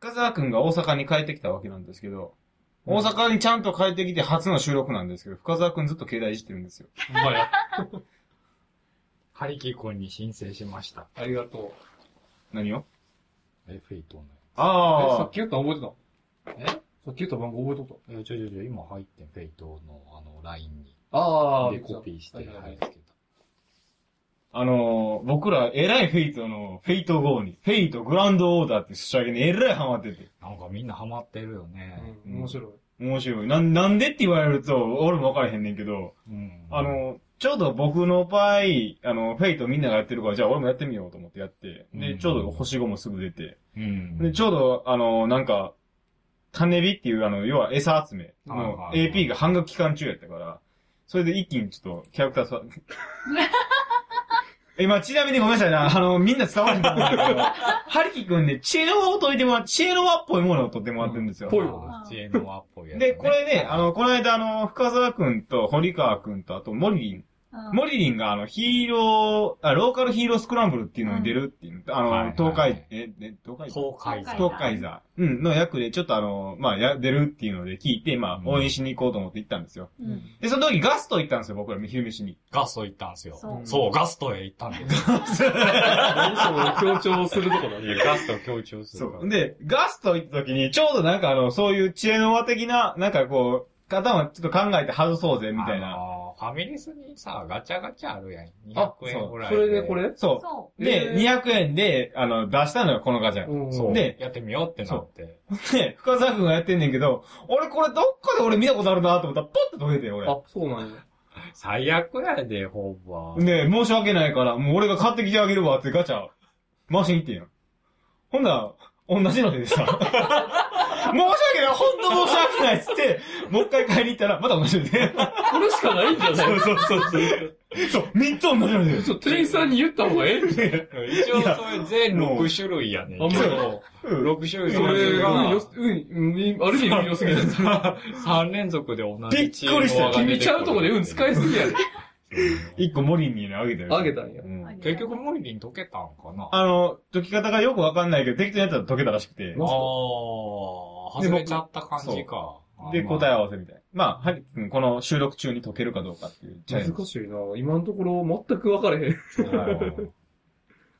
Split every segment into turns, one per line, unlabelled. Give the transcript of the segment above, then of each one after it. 深沢くんが大阪に帰ってきたわけなんですけど、大阪にちゃんと帰ってきて初の収録なんですけど、深沢くんずっと携帯いじってるんですよ。
ほんまや。ハリキ君に申請しました。
ありがと
何を
え、フェイトの。
う。え、さ
あ
っき言ったの覚えてた
え
さっき言った番号覚えとっ
え、ちょいちょいちょい、今入ってん、フェイトのあの、LINE に。
た。あ
で、コピーして、は
はい
い
はいはい、
つけた。
あ、あのー、僕ら、えらいフェイトの、フェイト号に、フェイトグランドオーダーって仕上げにえらいハマってて。
なんかみんなハマってるよね。
うん、面白い。
面白い。なん、なんでって言われると、俺もわからへんねんけど、
うん。
あ、の、ちょうど僕の場合、あの、フェイトみんながやってるから、じゃあ俺もやってみようと思ってやって、
う
で、
ん
ちょうど星5もすぐ出て、
うん。
で、ちょうど、あの、なんか、種火っていう、あの、要は餌集め
はい
の
はいはい
AP が半額期間中やったから、それで一気にちょっとキャラクター さ、今、ちなみにごめんなさいな、あの、みんな伝わると思う んだけど、ハリキ君ね、知恵の輪を解いてもら、知恵の輪っぽいものを取ってもらってるんですよ。
うんぽいわ
あー知恵の輪っぽいやつね
で、これね、あ、の、この間、あの、深沢くんと堀川くんと、あと、モリリン。
うん
モリリンが、あの、ヒーロー、あ、ローカルヒーロースクランブルっていうのに出るっていう、あの、
はいはいはい
東海、え、え東海
東海座。
東海座、うん、の役で、ちょっとあの、まあ、や、出るっていうので聞いて、ま
うん
あ、応援しに行こうと思って行ったんですよ。
うん。
で、その時ガスト行ったんですよ、僕ら昼飯 に。
ガスト行ったんすよ。
そう
そう、ガストへ行ったんですよ。
そう、強調するとこだ
い
ね。
やガストを強調す
そ
るから。
う。で、ガスト行った時に、ちょうどなんかあの、そういう知恵の輪的な、なんかこう、頭ちょっと考えて外そうぜ、みたい
あ
な。
のーファミレスにさ、ガチャガチャあるやん。
あ
200円ぐらい。
それでこれ
そう。
そ
で、
えー
200円で、あの、出したのよ、このガチャ。
ん
そう。
で
やってみようってなって。
で、深沢くんがやってんねんけど、俺これどっかで俺見たことあるなと思ったら、ポッと溶けて、俺。
あ、そうなんや。
最悪やで、ほんま。
で、申し訳ないから、もう俺が買ってきてあげるわってガチャ、回しに行ってんやん。ほんなら、同じので さ、申し訳ない、ほんと申し訳ないっつって、もう一回買いに行ったら、また同じので。
これしかないんじゃない
そうそうそう。そう、三つ同じ ので。
ちょ、店員さんに言った方がええんじゃん
一応、それ全6種類やねん。
あんまり
そう
うん
6種類
そ
の
れ、
中
運
が
よす、運、運ある意味運良す ぎる。
3連続で同じチーム
びっくりした
君ちゃうとこで運使いすぎや で。
一個モリンにねあげたよ。
あげたんや
う
う。
ん。
結局、モリリン溶けたんかなあ
あの、解き方がよくわかんないけど、適当にやったら解けたらしくて
あー、。外れちゃった感じか。
で、答え
え
合わせみたいな。まあ、はり、うんこの収録中に解けるかどうかっていうチャレンジ。
難しいな今のところ全く分かれへん。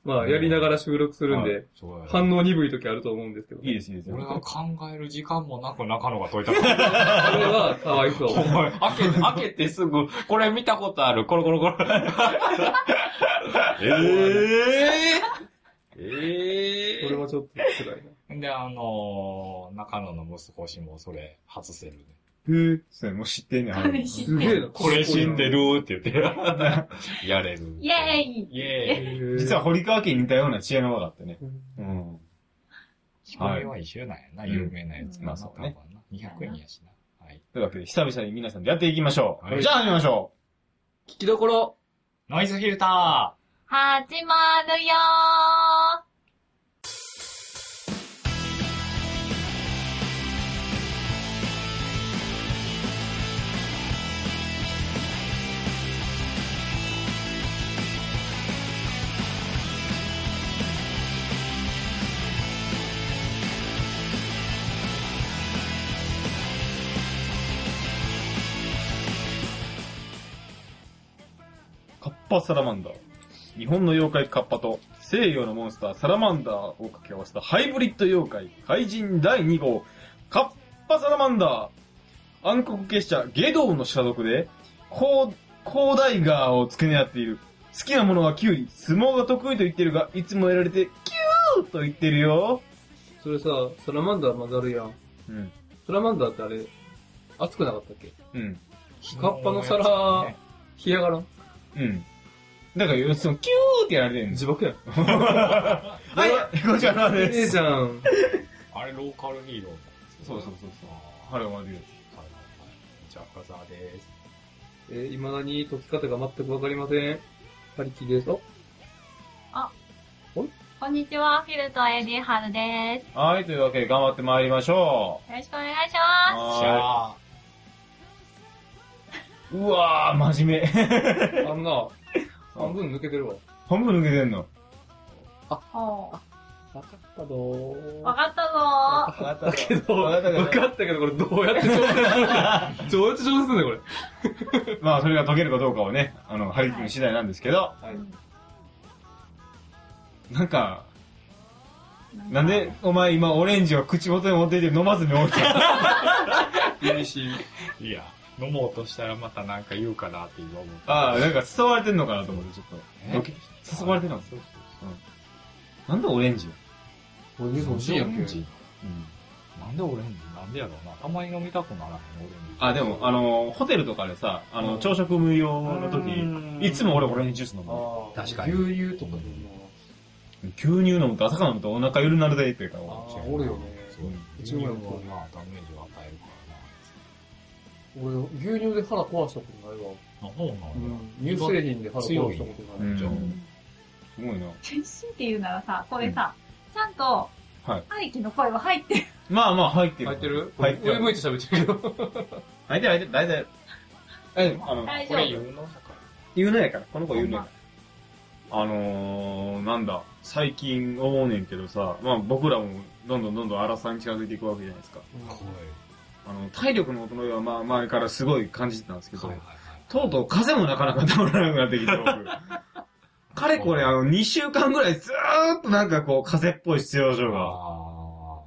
まあ、やりながら収録するんで、
そうやな
反応鈍い時あると思うんですけど。
いいです、いいです。
俺が考える時間もなく中野が解いたから。
それは、かわいそう。
お前開け、開けてすぐ、これ見たことある、コロコロコロ。 えええ
それはちょっと辛い
で、あのー、中野の息子氏もそれ、外せるね。
へぇ、それもう知ってんねん、
彼
は
氏
な。すげえな。
これ死んで
る。
るって言 って、やれる。
イェーイ
イェーイ
い実は、堀川家に似たような知恵の輪があってね。うん。
仕組みは一緒なんやな、
い
有名なやつかな、
うんまあそうね
多分な200円やしな。はい。
というわけで、久々に皆さんでやっていきましょう。
はい
じゃあ始めましょ
聞きどころ。
ノイズフィルタ
始まるよ
う。カッパサラマンダー。日本の妖怪カッパと西洋のモンスターサラマンダーを掛け合わせたハイブリッド妖怪怪人第2号カッパサラマンダー暗黒結社ゲドウの社族で高高ダイガーを付け狙っている好きなものはキュウリ相撲が得意と言ってるがいつもやられてキューと言ってるよ
それさ、サラマンダー混ざるやん。
うん
サラマンダーってあれ、熱くなかったっけ
うん
ー。
カッパの皿、冷やがらん
うん。だから、その、キューってやられてるんです
自
よ。
爆やん。
はい、こちらの
え
で
え
す。
じゃん。
あれローカルヒーロー。
そうそうそうそう
あー
春をまじる。
はいはいはい。じゃあ、深澤です。
えー、未だに解き方が全くわかりません。パリキです。お
こんにちは、フィルと AD ハルです。
はい、というわけで頑張ってまいりましょ
よろしくお願いしま
じゃあ、
う。うわー、真面目。
あんな、半分抜けてるわ。
半分抜けてんの。
す。ほう
わかったぞー。
わかったぞー。
わかった。
けど、
わ
分
かった
かったけど、これどうやって調整するんだどうやって調整するんだこれ。
まあ、それが解けるかどうかはね、あの、ハリキン次第なんですけど、なんか、なんで、お前今オレンジを口元に持っていて飲まずにお った。
嬉しい。いや、飲もうとしたらまたなんか言うかなって今思った。
ああ、なんか誘われてんのかなと思って、ちょっと。どけ誘われてたんです
そう
なんでオレンジを
これ
そうそう。オレンジ
うん。
なんでオレンジなんでやろうな。たまに飲みたくならへん、オレンジ。
あ、でも、あの、ホテルとかでさ、あの、朝食無料の時、いつも俺オレンジジュース飲む。
確かに
牛乳とかでも、
牛乳飲むと朝から飲むとお腹ゆるなるでっていうから、
あ
そう
ーおるよね。
そう。
う
一
ち
応
もや
は
っぱり
まあダメージを与えるか
俺、牛乳で腹壊したことないわ。
らな。あ、そうなんだ。
乳製品で腹壊したことない。
うん
じゃあ
すごいな。
厳しいって言うならさ、これさ、ちゃんと、
はい
廃棄の声は入ってる。
まあまあ入ってる。
入ってる
入ってる
上向いて喋ってるけど。
入ってる入ってる。大体。え、あの、
大
こ
丈
れ
夫。
有能だか
言うのやから。この子
言
言う
うの
のや
やか
から。あのー、なんだ、最近思うねんけどさ、まあ僕らもどんどんどんどん荒さに近づいていくわけじゃないですか。
ら。
うん
あの、体力の衰えはまあ前からすごい感じてたんですけど、
はいはい
とうとう風邪もなかなか治らなくなってきて、僕。かれこれあの、2週間ぐらいずーっとなんかこう、風邪っぽい症状が。
ああ。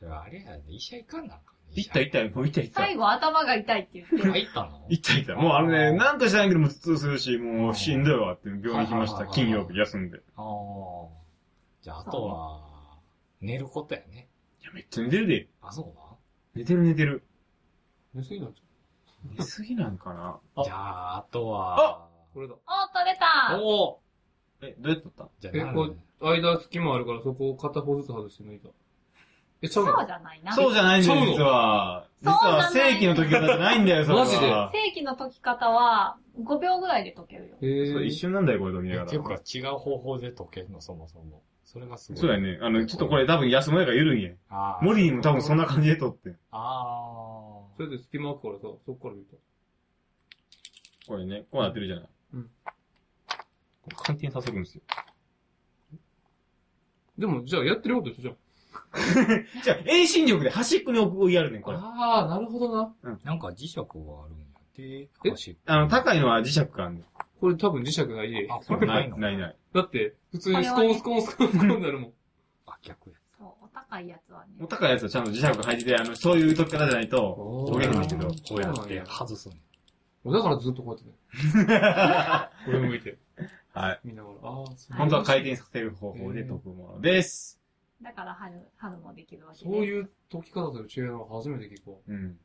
じゃああれやね、医者行かんなんかね。
いったいった、もういったいった。
最後頭が痛いって言って。
あ、行ったの
いったいった。もうあのね、なんか知らんけども頭痛するし、もうしんどいわって病院行きまし
はいは
た。
いはいはい
金曜日休んで。い
ああ。じゃああとは、寝ることやね。
や、めっちゃ寝てるで。
あ、そう
寝てる寝てる。
寝すぎなんちゃ
寝すぎなんかな。
なん
あ
じゃあ、あとは、
うこれだ。
お、取れた
おお
え、どうやって撮っ
じゃあ
え
な
こ
る
間隙間あるからそこを片方ずつ外して抜いた。え、ちゃ
そうう
の
じゃない
た
な。
そうじゃないんだよ、
そう
実は。実
そうじゃな
はい正規の時方じゃないんだよ、それは。
マジで
正規の解き方は、5秒ぐらいで解けるよ。
え
そう一
ー、
瞬なんだよ、これと見
え
なが。
っていうから違う方法で解けるの、そもそも。それがすごい。
そうだよね。あの、ちょっとこれ多分休むやから緩いんや。
あー
無理にも多分そんな感じで撮って。
あ
それで隙間あるからさ、そこから抜いた。
これね、こうなってるじゃない。
うん。
これ回転させるんですよ。
でも、じゃあやってること一緒じゃん。
じゃあ、遠心力で端っこに置いやるねん、これ。
あー、なるほどな。
あ。なんか磁石があるんやって、
え
端っこ
あの、高いのは磁石感で。
これ多分磁石ないで。
あ、これないの
ないない。
だって、普通にスコンスコンスコンスコンになるもん。
あ、逆や。
そう、お高いやつは
お
ね。
高いやつはちゃんと磁石入ってて、あの、そういう時からじゃない と、
お
解けへんねんけど。
こうやって外すんや
だからずっとこうやってね。上向いて。
はい。
見ながら。ああ、そう
本当は回転させる方法で解くものです。
だから春、春もできるわけで
そ
す。
ういう解き方と違うのは初めて聞こ
うん。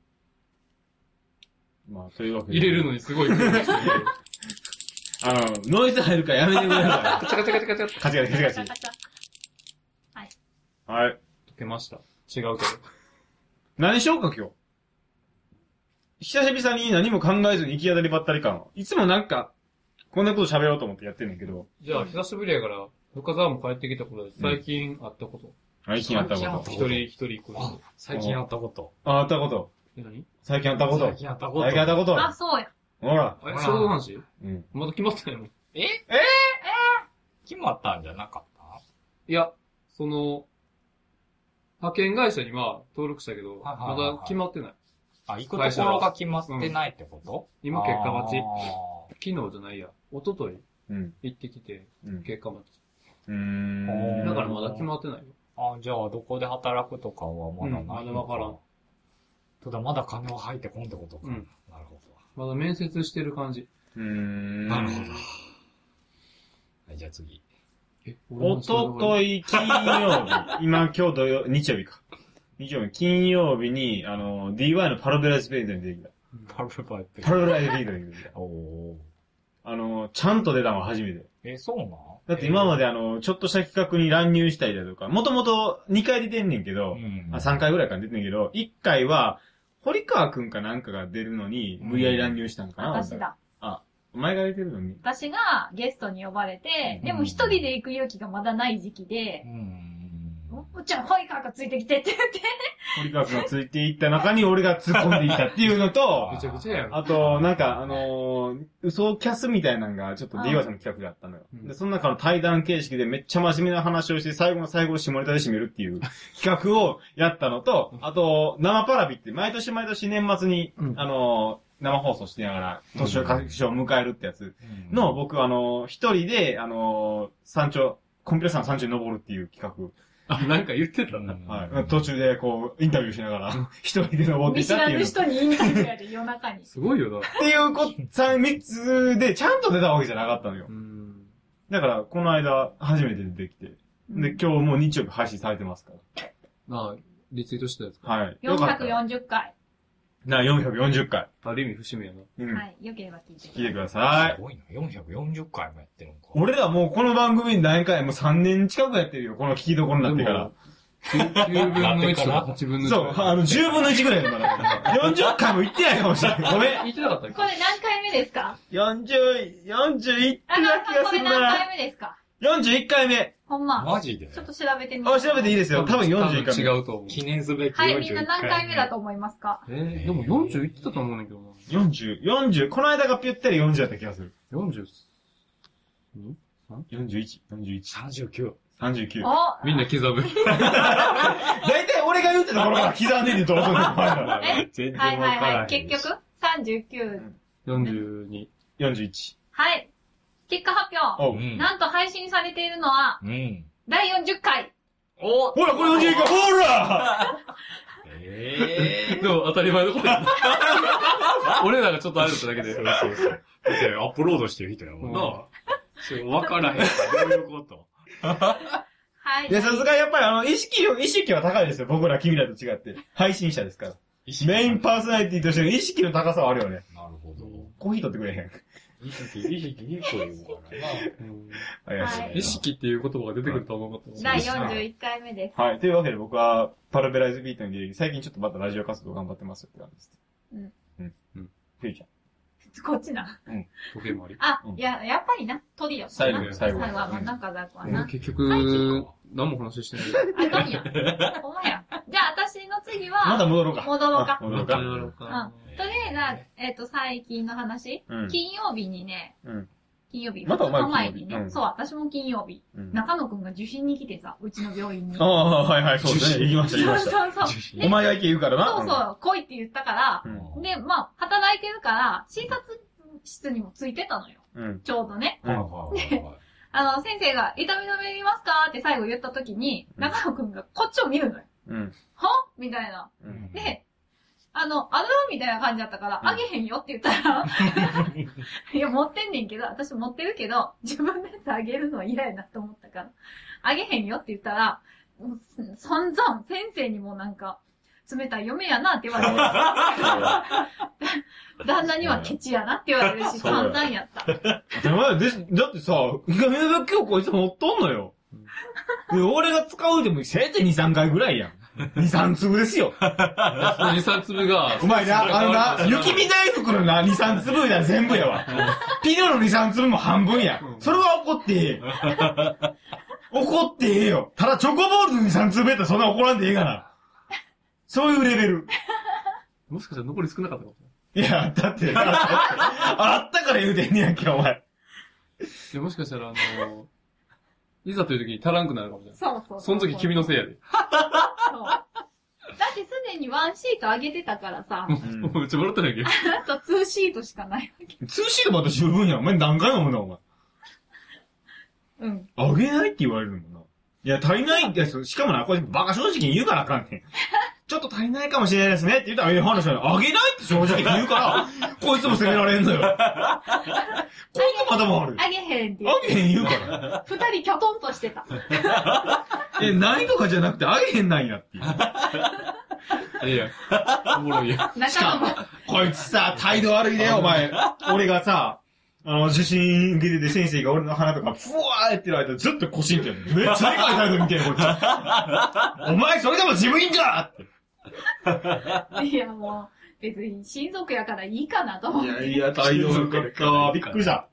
まあ、というわけ
う。
で。
入れるのにすごい苦労してる。
あの、ノイズ入るからやめてくださ
カチャカチャカチャカチャって
い。カチカチカチカチ。
カチャ。
はい。
解けました。違うけど。
何しようか、今日。久々に何も考えずに行き当たりばったり感。いつもなんか、こんなこと喋ろうと思ってやってんねんけど、
じゃあ、久しぶりやから、深沢も帰ってきたことで、最近あったこと。
最近あったこ
最近あっ
と
た。
一人一人一個
あ、最近やったこと。
あ、あったこと。
え、何
最近あったこと。
最
最
近やったこと。
近あったこと。
あ、そうや。
ほら。
あれ、仕事の話
うん。
まだ決まってないもん。
ええ決まったんじゃなかっ
いや、その、派遣会社には登録したけど、
はいはいは
ま
いはい
だ決まってない。
たあ、行くところが決まってないってこと
今結果待ち。
あ
昨日じゃないや。一昨日
うん。
行ってきて、
うん。
結果待ち。
うーん。
だからまだ決まってないよ。
ーあ、じゃあどこで働くとかはまだないのか。
うんまだわからん
ただまだ金は入ってこんってことか。
うん
なるほど。
まだ面接してる感じ。
うーん。
なるほど。はい、じゃあ次。
え、
おとと
い。
い金曜 日、今今日土曜、日曜日か。日曜日、金曜日に、あの、DY のパロデライズペイントに出てき
パルパって
た。パロデライズペイントに出てきた。
おお
あの、ちゃんと出たのは初めて。
ー。え、そうなん
だって今ま
で、
であの、ちょっとした企画に乱入したりだとか、もともと2回出てんねんけど、
うん
あ3回ぐらいから出てんねんけど、1回は、堀川くんかなんかが出るのに、無理やり乱入したんかな、
私だ。
お前が出てるのに。
私がゲストに呼ばれて、でも一人で行く勇気がまだない時期で
う、ん。
おっちゃん、ホイカーがついてきてって言って。
堀川くんがついていった中に俺が突っ込んでいったっていうの と、
めちゃくちゃやん。
あと、なんか、あのー嘘キャスみたいなのが、ちょっと DY さんの企画があったのよ。
うん
で、その中の対談形式でめっちゃ真面目な話をして、最後の最後を下ネタで締めるっていう企画をやったのと、あと、生パラビって毎年毎年年末に、
うん
あのー生放送しながら、年を、年を迎えるってやつの、
の、
僕、あのー一人で、あのー山頂、コンピューターさんの山頂に登るっていう企画。
あ、なんか言ってたな。
はい。途中で、こう、インタビューしながら、 一人で登ってい
見
ったっ
知ら
ていう
ぬ
の。
人にインタビューやで、夜中 に。
すごいよな。
っていうこ、三、三つで、ちゃんと出たわけじゃなかったのよ
う。ん。
だから、この間、初めて出てきて。で、今日もう日曜日配信されてますか
まあ、リツイートしてたやつか。
ら。はい。よかったら
440回。
な、440回。
ある意味節目やな。
うん。
はい。よければ聞いて
聞いてくだ
は
さ
い。
い
す。ごいな。440回もやってるのか。
俺らもうこの番組何回、もう3年近くやってるよ。この聞きどころになってから。
9分の1とか8分の1
そ
と
う、
か。
あの、10分の1ぐらいだから。40回も行ってないかもしれ ない。ごめん。
言ってなかったっ
これ何回目ですか
40、41って
あ、
な気が
こ
す
れ
る
何
な
回。目ですか
41回目。
ほんま。
マジで
ちょっと調べてみ
あ、調べていいですよ。多分41
多
回目。
分違うと思う。
記念すべき
はい、みんな
41
何回目だと思いますか
えー、でも40言ってたと思うねんだけどな。
40、40、この間がぴったり40だった気がする。
40?
41、41、
39。
39。
お
みんな刻む。
大体俺が言うってところから刻んでんねんと思うねん、お前ら。
え
全然わ
は
か
い
ら
はい
な。
はいい。結局 ?39。
42。
41。
はい。結果発表。
お
う
う。
ん。
なんと配信されているのは、
うん。
第40回。
お
ほら、これ41回、ほら
ええ
でも当たり前のことや 俺らがちょっとあれだっただけ
ー。
で。
そう
な
そうそう。 だってアップロードしてる人やもんな。
あ
それわからへんから。どういうこと
はい。
で、さすがやっぱりあの、意識を、意識は高いですよ。僕ら君らと違って。配信者ですから。メインパーソナリティとしての意識の高さはあるよね。
なるほど。
コーヒー取ってくれへん。
意識、意識いい子言うからな。
うん
ありがとうございます
意識っていう言葉が出てくるとは思わなかった。
第41回目です。
はい。というわけで僕は、パルベライズビートに出てきて最近ちょっとまたラジオ活動頑張ってますよって感じです。
うん。
うん。
うん。
ふゆちゃん。
こっちな。
時計回り。
あ
う、ん
いや、やっぱりな、トリオ。
最
後
な
最後
最後はもう中だくわな。
結局、何も話してない。
あか んや。ほんまや。じゃあ、私の次は、
まだ戻ろうか。
戻ろうか
ん戻ろうか。
か
とりあえず、えっ、と、最近の話、
うん。
金曜日にね、
うん
金曜日、
またお前も
二日前にね、
金曜日うん
そう、私も金曜日、
うん
中野くんが受診に来てさ、うちの病院に。
ああ、はいはい、そうですね。行きました、行き
そう
ました。
そうそう。
受
お前が行け言うからな。
そうそう、来いって言ったから、
うん
で、まあ、働いてるから、診察室にもついてたのよ。
うん。うん。
ちょうどね。
はいはいはいはい
あの、先生が、痛み止めいりますかって最後言った時に、
うん
中野くんがこっちを見るのよ。
うん。
はみたいな。
うん。
で、あの、あるみたいな感じだったから、
うん
あげへんよって言ったら、 いや、持ってんねんけど、私持ってるけど、自分のやつあげるのは嫌やなと思ったから、あげへんよって言ったら、もうそ散々、先生にもなんか、冷たい嫁やなって言 われる。旦那にはケチやなって言われるし、
そうだよ
散々やった。
でもで、だってさ、画面だけをこいつ持っとんのよ。で俺が使うでも、せいぜい2、3回ぐらいやん。2、3粒ですよ。
2、3粒が、
うまいな。あのな、雪見大福のな、2、3粒や全部やわ。ピノの2、3粒も半分や。それは怒ってええ。怒ってええよ。ただチョコボールの2、3粒やったらそんな怒らんでええがな。そういうレベル。
もしかしたら残り少なかったかもしれない
や、だって、だってあったから言うてんねやんけ、お前。
い。でもしかしたら、あの、いざという時に足らんくなるかもしれない。
そうそうそう
その時君のせいやで。
そうだってすでにワンシートあげてたからさ、
もううちもらったんやけど。
あとツーシートしかない。
通信でまた十分やん。お前何回もむな、お前。
うん。
あげないって言われるもんな。いや、足りないってやつ、しかもな、これバカ正直に言うからあかん ねん。ちょっと足りないかもしれないですねって言ったら、ええ話だよ。あげないって正直に言うから、こいつも責められんのよ。こいつまだもある。
あげへんって言う。
あげへん言うから。
二人キョトンとしてた。
え、ないとかじゃなくて、あげへんなんやっていう。
いやいや、おもろいや。
中野も。
こいつさ、態度悪いね、お前。俺がさ、あの、受信受けてて先生が俺の鼻とか、ふわーってやってる間ずっと腰んってやる。めっちゃでかい態度見てる、こっち。お前、それでも自分いいんかって。
いや、もう、別に親族やからいいかなと思っ
い
て。
やいや、態度悪かったわ。びっくりした。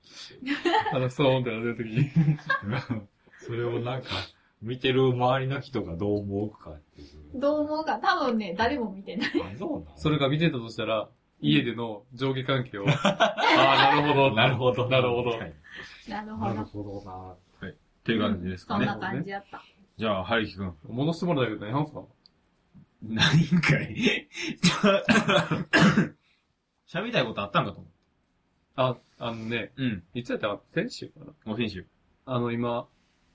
あの、そう思ってた時に。
それをなんか、見てる周りの人がどう思うかっていう。
どう思うか、多分ね、誰も見てない。
あそうなの
それが見てたとしたら、家での上下関係を。ああ、なるほど。
なるほど。
なるほど。
はい
なるほ
なる
ど。
ほどな。
ていう感じです
そ
か
ん
ね。
な感じやった。
じゃあ、ハリキ君。
戻してもらえたけど、何すか
何かいちょ喋りたいことあったんかと思
あ、あのね、
う。うん。
いつやったら先週かな
お選手。
あの今、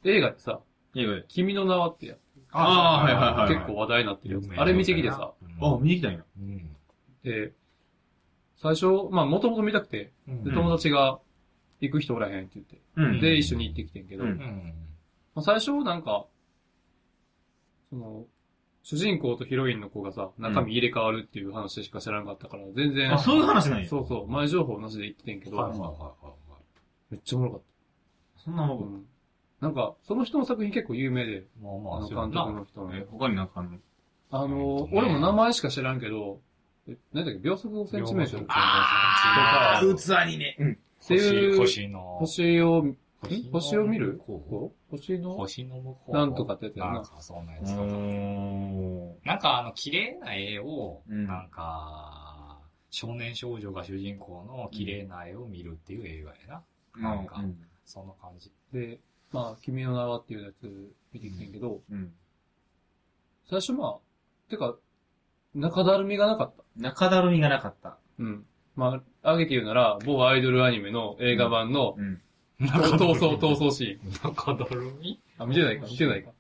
映画でさ、
いいよいいよ
君の名はってやつ、
あーはいはいはい
結構話題になってるやつ。あれ見てきてさ、。
あ、見に来たんや。
うん。
で、最初、まあ、もともと見たくて、
うん
で、友達が、行く人おらへんって言って、
うん
で、一緒に行ってきてんけど、
うん
うん。
まあ、最初なんか、その、主人公とヒロインの子がさ、中身入れ替わるっていう話しか知らなかったから、全然、
あ、そういう話なんや。
そうそう、前情報なしで言っててんけど、
はいはいはいは
めっちゃおもろかっ
そんなも。
た。うんんなんか、その人の作品結構有名で、
い。ま
あ
あま
の
あ、
監督の人の。
え、他になんかあんの
あ
えっと
の、
ね
俺も名前しか知らんけど、えなんだっけ、秒速5センチメートル
あー
器にね。うん。
っていう
星の。
星を、ん
星の
星を見る
こう
こう星の
星の向こう。
なんとかってやつや
なん
な。
か、そんなや
う
つとか。
ーん。
なんかあの、綺麗な絵を、
うん
なんか、少年少女が主人公の綺麗な絵を見るっていう映画やな。
なん
う
か。
そんな感じ。
で、まあ、君の名はっていうやつ見てきてんけど、
うん。
最初まあ、てか、中だるみがなかった。
中だるみがなかった。
うん。まあ、あげて言うなら、某アイドルアニメの映画版の、
うん。
逃走、 逃走シーン。
中だるみ
あ、見てないか、見てないか。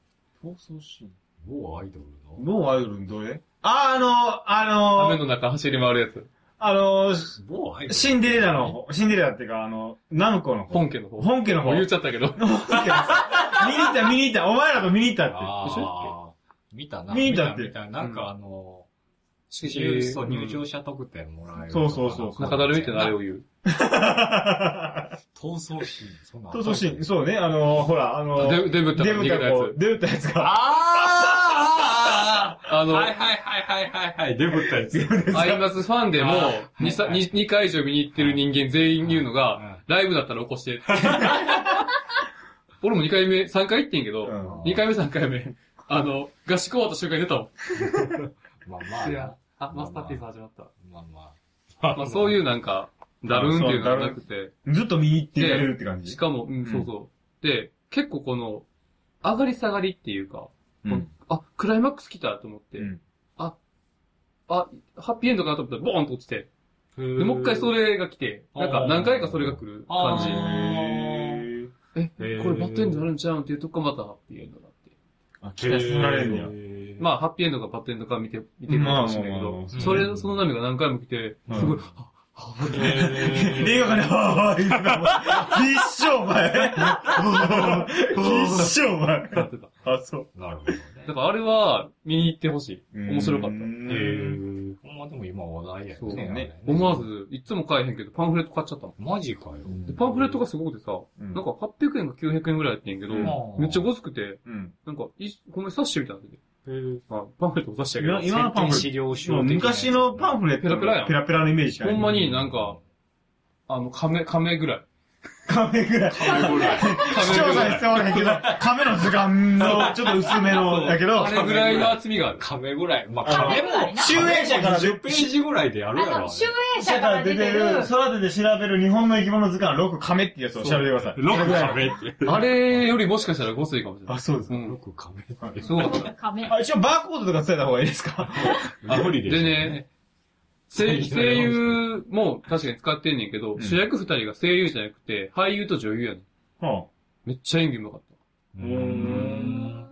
逃走シーン。
某アイドルの
もうアイドルのどれあ、あの、あ
雨
の、
の中走り回るやつ。
あの、
某アイドル
シンデレラの方、シンデレラっていうか、あの、ナムコの方。
本家の方。
本家の
も
方。見
う言っ
に
ちゃったけど。
行った、見に行った。お前らと見に行ったって。
ああ、見たな。
見たって
見た。なんかあの、
色
入そう入場者特典もらえる。
そうそうそうそう
中だるみってのあれを言う。
逃走シーン。そんな
逃走シーン、そうね、あの、ほら、あの、
デブ、デブった
デ
ら逃
ブ
げ
タ
たや
こう
つ。
デブタやつが、
ああ
あ
あ
の、
はいはいはいはいはいはい。デブったやつ。
アイマスファンでも
あ、
2さ、二二回以上見に行ってる人間全員言うのが、ライブだったら起こして。俺も2回目、3回行ってんけ
う
ど、
ん
2回目3回目、あの、合宿終わった瞬間に出たもん。
まあまあな。
あ
マスターピース
始まった。
まあまあ。
まあそういうなんか、だるんっていうのがなくて、
ずっと見に行ってやれるって感
し
じ。
かも、うん、そうそう。で、結構この、上がり下がりっていうか、
うん
あ、クライマックス来たと思って、
うん
あ、ハッピーエンドかなと思ったら、ボーンと落ちて、
う
で、もう一回そ
れ。
れが来て、なんか何回かそれが来る感じ。
へー
え、こ
へ
れ
ー
バッドエンドあるんちゃうんっていうとこまたハッピーエンドだって。
あ、期待されるんや。
まあ、ハッピーエンドかバッドエンドか見て、見てるかもしれないけ
まあまあま
ど
あ、
それ、その波が何回も来て、
うん
すごい、あ
映画館で、はぁ、はぁ、一生お前。一生お前。
なってた。
あ、そう。
なるほどね。
だからあれは、見に行ってほしい。面白かっ
うー
た。
へえ
ん。
ほんまでも今話題や
そう
ね
思わず、いつも買えへんけど、パンフレット買っちゃったの。
マジかよ。
でパンフレットがすごくてさ、
うん
なんか800円か900円ぐらいやってんけど、
うん
めっちゃごつくて、
うん。
なんか、いほんまにサッシみたいになってて。
へぇ
まあ、パンフレットもサッシやけど
今、今のパンフレット。もう昔のパンフレット。
ペラペラやん
ペラペラのイメージしかない。
ほんまになんか、あの、亀、亀ぐらい。
亀ぐらい。
亀ぐらい。
視聴者に必要ないけど、亀の図鑑のちょっと薄めの、だけど、
あれぐらいの厚みがある。
亀ぐらい。まあ、
あの
亀も、
集英社から
10ページぐらいでや
あ
るやろ。あれ
の、集英社から出てる、
空で調べる日本の生き物図鑑6亀ってやつを調べてください。
ロック亀って。
あれよりもしかしたらごついかもしれない
あ、。そうです
う
ね。
ロ
ん。
ック亀って。
すごかった。
亀。
あ、一応バーコードとか伝えた方がいいですか
無理でしょ
でね、声声優も確かに使ってんねんけど、
ん
主役二人が声優じゃなくて、俳優と女優やねん。
は
めっちゃ演技うまかった。
うー。
うん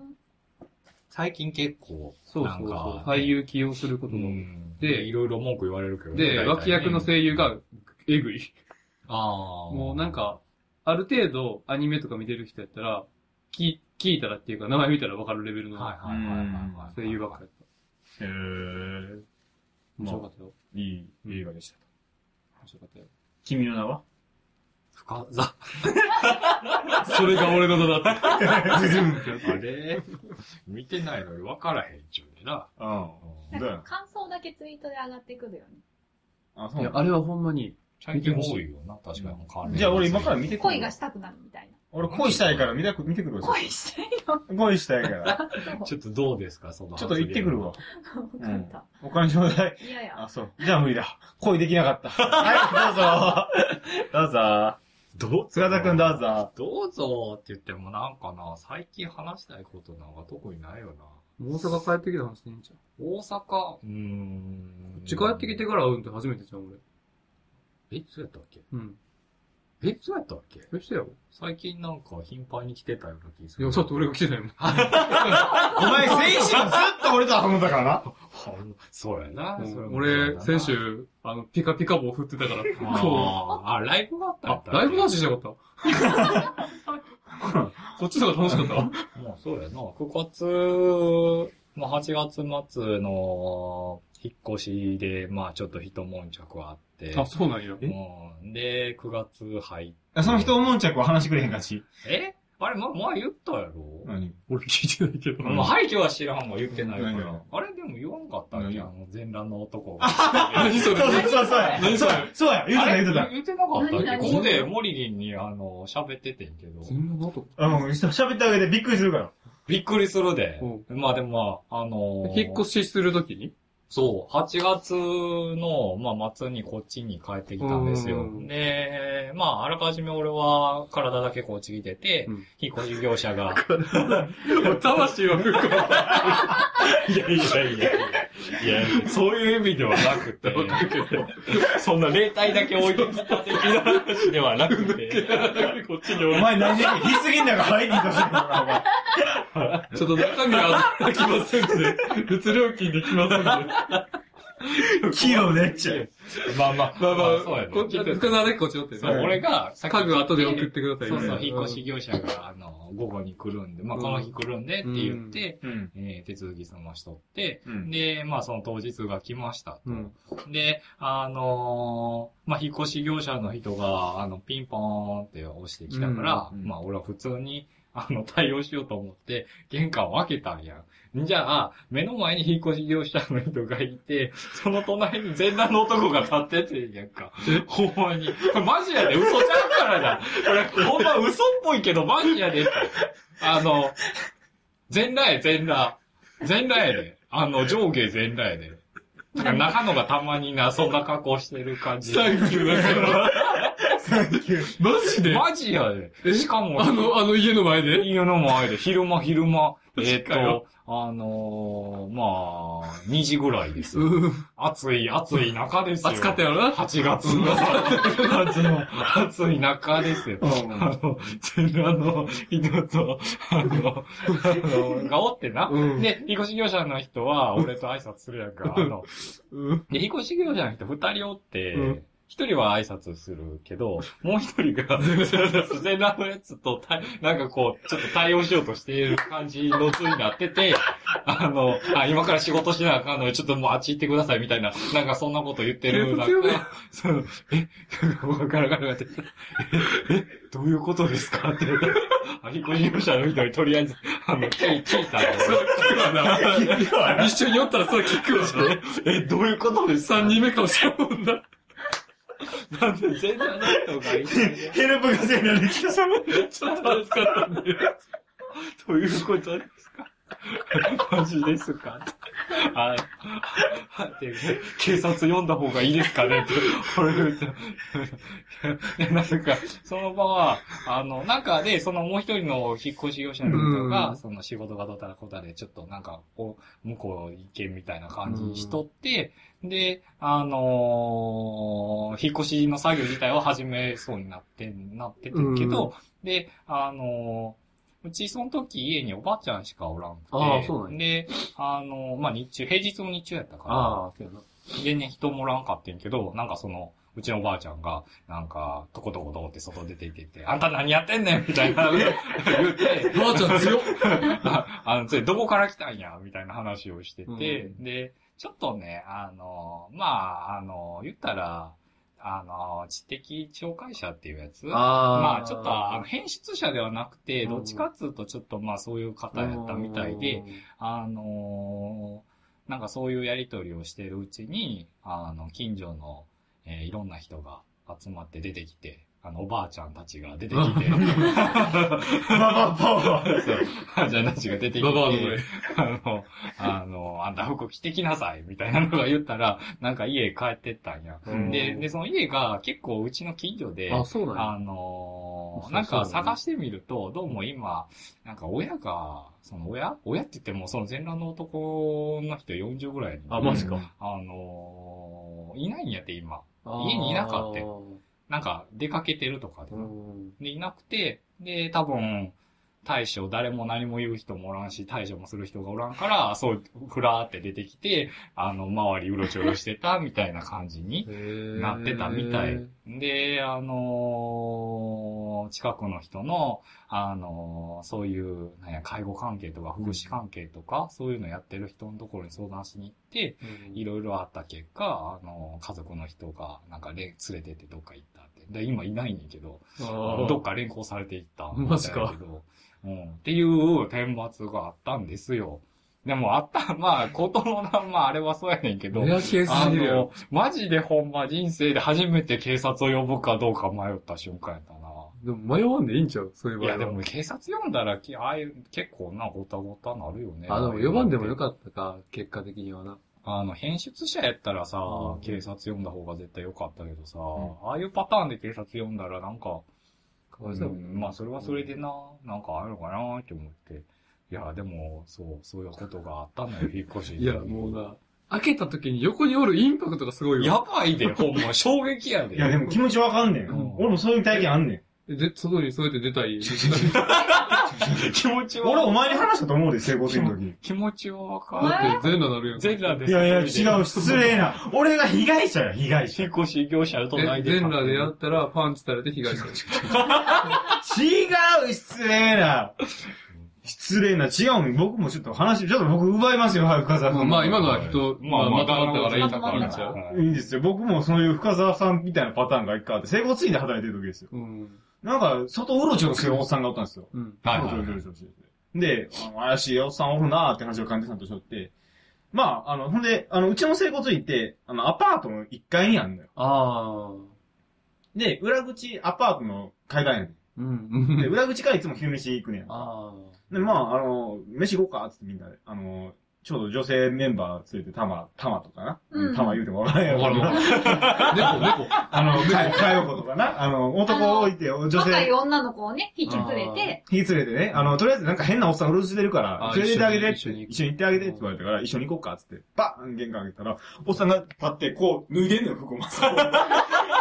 最近結構、
そうそうそう。俳優起用すること
う
も。
ん
で
で、いろいろ文句言われるけどね。
で、
大体ね
脇役の声優が、えぐい。
ああ。
もうなんか、、ある程度アニメとか見てる人やったら、聞聞いたらっていうか、名前見たらわかるレベルの
はいはいはいはいはい。
声優ばっかりやった。
へー。
面白かったよ。
いい映画でした。
面白かったよ。
君の名 は
深ざ。
それが俺の名だった。
あれ見てないのに分からへんちゅうねんな。
うん。
なんか感想だけツイートで上がってくるよね。
あ、そ
いうや
な、の
あれはほんまに、
最近多いよな、確かに。
じゃあ俺今から見てくる
恋がしたくなるみたいな。
あ俺恋したいから見てく見てくるわ。
恋していの
恋したいから。
かそう
ちょっとどうですか、そ の。
ちょっと行ってくるわ。。
わ かった。
お金ちょうだい。
いやいや
あ、。そう。じゃあ無理だ。恋できなかった。はい、 どうぞ。どうぞ。
どうぞ
菅田くんどうぞ。
どうぞって言ってもなんかな、最近話したいことなんか特にないよな。
大阪帰ってきた話でいいんじゃん。
大阪、うーん。
うち帰ってきてから会うんって初めてじゃん、俺。
え、そうやったっけ
うん。
え、そうやったっけ
どうしてよ。
最近なんか頻繁に来てたような気がす
い
る。
や、だって俺が来てないもん。
お前、先週ずっと俺と遊んだからな。
ほん そうやな。それもそう
俺
や、な
先。週、あの、ピカピカ棒振ってたから、こ
あーあ、ライブがあっ
う。
たんや
あ
っ、たっけ
ライブ話しなかったこっちの方が楽しかった
もうそうやな。9月、まあ8月末の引っ越しで、まあちょっと一悶着はあって。
わ。あ、そうなんや。
え
うんで、9月入って。
あその人思んちゃくは話してくれへんかし。
えあれ、ま、まあ言ったやろ、
何
俺聞いてないけど。
まあ背景は知らんわ、言ってないか
何
ら
が。
あれ、でも言わんかったっ
何
け
が
あの、全裸の 男が。
何それ
そうそうそうそうや。
何それ
そうや。言う
あ
てた
れ
言うて
言ってなかったっ
何
け
何
ここで、モリリンに、あの、喋っててんけど。
全裸の男
た。うん、喋ってあげてびっくりするから。
びっくりするで
う。
まあでも、まああのー
引っ越しするときに
そう、8月の、まあ、末にこっちに帰ってきたんですよ
う。ん
で、まあ、あらかじめ俺は体だけこっち来てて、
うん
引っ越し業 者が、
魂は復興。
いやいやいやいや、いやそういう意味ではなくて、 そんな霊体だけ置いてきた的な話ではなくて、
こっちに
お
俺。
前何でひすぎん中入りに行 かしてるから、お前。
ちょっと中身は開きますんで、別料金でき ますんで。まあ
器用ねっちゃう。
まあまあ、
まあ、
そうやね
こっち、深沢だけこっち寄って
そう、
ね。
俺が、
家具後で送ってください
そうそ
み
う、
たい
引っ
な
越し業者が、あの、午後に来るんで、まあ、この日来るんでって言って、
うん。
えー手続き済ましとって、
うん。
で、まあその当日が来ましたと。
うん
で、あのーまあ引っ越し業者の人が、あの、ピンポーンって押してきたから、
うんうん
まあ俺は普通に、あの、対応しようと思って、玄関を開けたんやん。じゃあ、目の前に引っ越し業者の人がいて、その隣に全裸の男が立っててんやん か。ほんまに。これマジやで、嘘ちゃうからな。これ、ほんま嘘っぽいけどマジやでって。あの、全裸や、全裸。全裸やで。あの、上下全裸やで。なんか中野がたまにな、そんな加工してる感じ。
サンキューだ
サンキュー。
マジで
マジやで。しかも、
あの、あの家の前で
家の前で、昼間昼間、えっ、
かよ
と、あのー、まあ、2時ぐらいですよ。
うん。
暑い、暑い中ですよ。
暑かったやろな。
8月の、暑の、暑い中ですよ。
うん。
あの、全裸の人と、あの、あの、がおってな。
うん。
で、引っ越し業者の人は、俺と挨拶するやんか。あの、
うん。
で、引っ越し業者の人二人おって
うん、
一、人は挨拶するけど、もう一人 が、全裸のやつと対、なんかこう、ちょっと対応しようとしている感じの図になってて、 あの、あ今から仕事しなあかんので、ちょっともうあっち行ってくださいみたいな、なんかそんなこと言って
警
る。な
察呼
ん
べ
か、 その、え、なんかわからんわからんって、え、えどういうことですかって。あ引っ越し業者の人にとりあえず、あの、聞い聞いたの。
一緒に寄ったらそれ聞くわ。
え、どういうことですか
三人目かもしれんもんな。
なんで全然ない人がいて、
ヘルプが全裸で来た。
ちょっと暑かったんで。
どういうことですかマジですかあで警察呼んだ方がいいですかねって、俺言うとでなんか、その場は、あの、中で、そのもう一人の引っ越し業者の人
う
が、
ん
その仕事がどうたらこうたらで、ちょっとなんか、こう向こう行けみたいな感じにしとって、で、あのー引っ越しの作業自体を始めそうになって、なっててんけど、で、あのーうちその時家におばあちゃんしかおらんくて、
ああそうなんや
で、あのーまあ、日中、平日も日中やったから、
ああ、そうやな。
全然人もおらんかってんけど、なんかその、うちのおばあちゃんが、なんか、とことことこって外出ていってって、あんた何やってんねんみた いな、言って、
ばあちゃん強っ。
ああの、それどこから来たんやみたいな話をしてて、で、ちょっとね、あの、まあ、あの、言ったら、あの、知的障害者っていうやつ
あ
まあ、ちょっと、あの、変質者ではなくて、どっちかっつうと、ちょっと、まあ、そういう方やったみたいで、あのーなんかそういうやりとりをしてるうちに、あの、近所の、えーいろんな人が集まって出てきて、あの、おばあちゃんたちが出て きて、
ババパワー。
そうおばあちゃんたちが出てきて、
ババアの声
あの、あの、あんた服着てきなさい、みたいなのが言ったら、なんか家帰ってったんや。
うん
で、で、その家が結構うちの近所で、
あ、そうなんや。
あの
そう
ーなん
そうだ
か
ね
探してみると、どうも今、なんか親が、その親親って言っても、その全裸の男の人40ぐらいに。
あ、マジか。
あのーいないんやって今。家にいなかった
よ。
なんか出かけてるとかで。
うん
で、いなくて、で、多分、大将、誰も何も言う人もおらんし、大将もする人がおらんから、そう、ふらーって出てきて、あの、周りうろちょろしてた、みたいな感じになってたみたい。で、あのー近くの人の、あのーそういう、なんや、介護関係とか福祉関係とか、そういうのやってる人のところに相談しに行って、いろいろあった結果、あのー家族の人が、なんかれ、連れてってどっか行ったって。で、今いないねんだけど、どっか連行されていった。
マジか
みたいだけど。うん。っていう天罰があったんですよ。でもあった、まあ、ことのな、まあ、あれはそうやねんけど。
レアケース
あ
すぎるやろ
の、マジでほんま人生で初めて警察を呼ぶかどうか迷った瞬間やったな。
でも迷わんでいいんちゃうそういう
い
場合は。
や、でも警察呼んだらき、ああいう、結構な、ごたごたなるよね。
あ、でも4番でもよ
っ
かったか、結果的にはな。
た。あの、編出者やったらさ、
うん
警察呼んだ方が絶対よかったけどさ、
ん
ああいうパターンで警察呼んだらなんか、
かわいそう。
うんまあ、それはそれでな、なんかあるのかなって思って。いや、でも、そう、そういうことがあったの よ、引っ越し。
いや、もうな、開けた時に横におるインパクトがすごい
や
よ。
ばいで、ほんま、衝撃やで。
いや、でも気持ちわかんねん
うん。
俺もそういう体験あんねん。
で、外にそうやって出たり。
気持ちは。
俺お前に話したと思うで、成功する時に。
気持ちはわかる。
だって全裸なるやん。
全裸です。
いやいや、違う、失礼な。俺が被害者や、被害者。
引
違
っ越し業者とない
え
で。
全裸でやったらパンチされて被害 者。
う、失礼な。失礼な、違うん。僕もちょっと話、ちょっと僕奪いますよ、はい、深澤さん。
まあ今のは人、ま
まあ、
あ
ま
ま
た
た
あ
あ
っ
ったた
か
からら
い
い
い
いとこあるん
とこあるんち
ち
ゃ
ゃ
う
う
いいんですよ。僕もそういう深澤さんみたいなパターンが一回あって、生活ついて働いてる時ですよ。
うん。
なんか、外うろちょろしてるおっさんがおったんですよ。
うん。
はい
そうそう
は
そうそうで、あの怪しいおっさんおるなーって話を患者さんとしとって、まあ、あの、ほんで、あの、うちの整骨院って、あの、アパートの1階にあるのよ。
ああ。
で、裏口アパートの階段やね。
うん
で、
ん。
裏口からいつも昼飯行くねん。
あ
で、まあ、あの、飯行こうかっつってみんなで、あの、ちょうど女性メンバー連れて、たま、たまとかな。
うん
たま言うてもわからんや
あ。わかるわ
ろ。
かる。猫、猫。
あの、かかよことかな。あの、男を置いて、女
若い
性、
女の子をね、引き連れて、
引き連れてね、あの、とりあえずなんか変なおっさんうろついてるから
あ、
連れてってあげてって
一緒に
一緒に行ってあげてって言われたから、一緒に行こうかっつって、バーン玄関開けたら、おっさんが立って、こう、脱いでんのよ、 服をまさ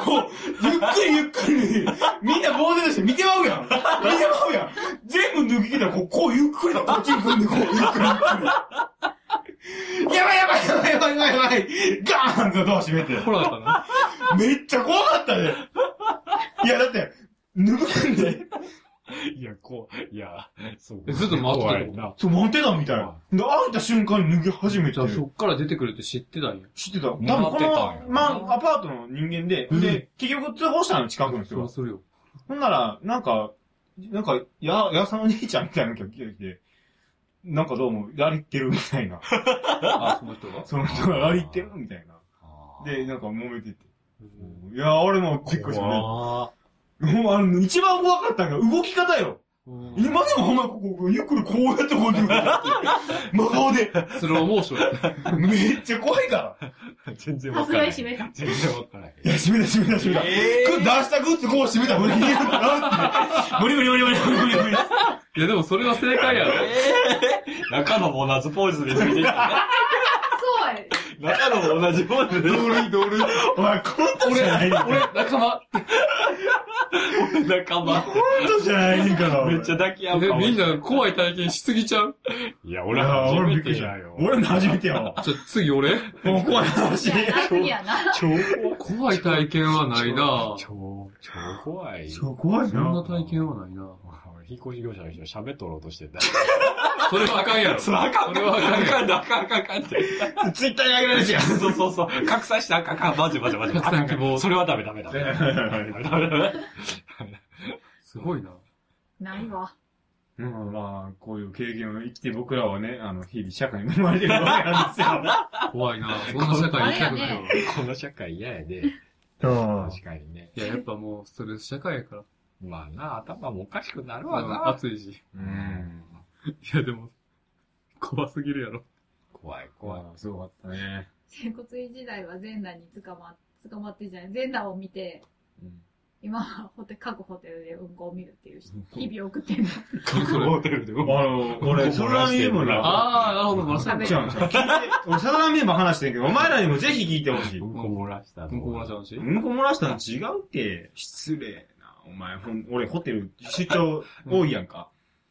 こう、ゆっくりゆっくり脱いで、みんな呆然として見てまうやん見てまうやん全部脱ぎ切ったら、こう、こうゆっくりとこっちに組んで、こう、ゆっくりゆっくり。やばいやばいやばいやばいやばいやばいガーンとドア閉めて。
ホラーかな
めっちゃ怖かったね。いや、だって、脱ぐんで。
い。いや、こう、いや、そう。
えずっと待ってたの
怖いな。
そう、待ってたみたいな。で、会った瞬間に脱ぎ始 めて
じゃあ、そっから出てくるって知ってたんや。
知ってた。多分
待っ
こ
てたんや
の、まあ、アパートの人間で、で、結局通報したの近くの人
そう
が。
するよ。
ほんなら、なんか、なんか、や、やさのお兄ちゃんみたいなのが来てきて、なんかどうも、やりってるみたいな。
あ、その 人が。
その人がやりってるみたいな。で、なんか揉めてて。いや、俺もびっくりしたね。
怖
ほんま、あの、一番怖かったのが動き方よ。今でもほんま、ここ、ゆっくりこうやってこうやって真顔で。
スローモーション。
めっちゃ怖いから。
全然
さ
わ
す
から
が
へ
に
ん。
閉めた。
全然わからへん。
いや、閉めた閉めた閉めた。
え
出したグッズこう閉めた無理無理無理無理無理無理無理無理。
いや、でもそれが正解やろ。
ー中野も同じポーズで抜いてた。
そうや。
中野も同じポーズで。
同類同類。お前コントじゃないねん。コン
俺、仲間。
仲間。
トじゃないねんから。
めっちゃ
ゃ。
抱き合う
え
顔
みんな怖い体験しすぎちゃう
いや、
俺
俺
は
は初
俺び
め
っくり
て
し
だ
た
よ。
俺も初めてやわ。
じゃあ次俺
もう怖い話。
いや な、次やな。
超怖い。
怖い体験はないなぁ。
超、超怖い。
そう、怖い
そんな
な。
体験はないなぁ。
俺引っ越し業者の人喋っとろうとしてた。
それはあかんやろ。
そう、あかん、あ
それはあかん
かん、あかん、あかん、あかんって。
ツイッターに上げられるしやん。
そうそうそう。拡散して、あかん、あかん、マジマジマジ。
拡散希望
それはダメダ メダメ。ダメダメ。
すごいな。
ないわ。
うん、まあ、こういう経験を生きて僕らはね、あの、日々社会に生まれ てるわけなんですよ。
怖いなぁ。そんな社会行きたくないわ。
この社会嫌やで。
うん。
確かにね。
いや、やっぱもうストレス社会やから。
まあな、頭もおかしくなるわ
うん、
な。
暑いし。い
うん。
や、でも、怖すぎるやろ。
怖い怖い。
い。すごかったね。
整骨院時代は全裸に捕まっ、捕まってじゃない。全裸を見て、
うん
今はホテル、各ホテルでうんこを見るっていう日々を送ってんの。
ホテルで。
あの、俺、サラダミーもな、
ああ、なるほど、まさ
食べ
に。
る
違うんですよ。聞いて、俺、サラダミーも話してんけど、お前らにもぜひ聞いてほしい。
うんこ漏らした。
向こう話
た。
の話
うんこ漏らしたの違うって。失礼な。お前、ほん俺、ホテル、出張多いやんか。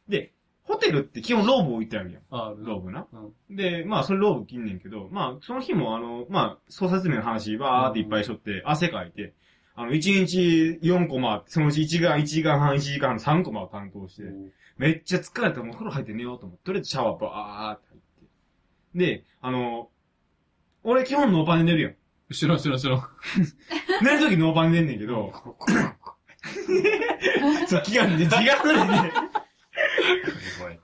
で、ホテルって基本ローブ置いてあるやん。
ああ、
ローブな。
うん
で、まあ、それローブ着んねんけど、まあ、その日も、あの、まあ、操作説明の話、バーっていっぱいしとって、汗かいて、あの、1日4個回って、そのうち1時間、1時間半、1時間半、3個回担当して、めっちゃ疲れたもうお風呂入って寝ようと思って、とりあえずシャワーバーって入って。で、あの、俺基本ノーパンで寝るやん。
後ろ、後ろ、後ろ。
寝るときノーパンで寝んねんけ ど、そう、気が、違うね。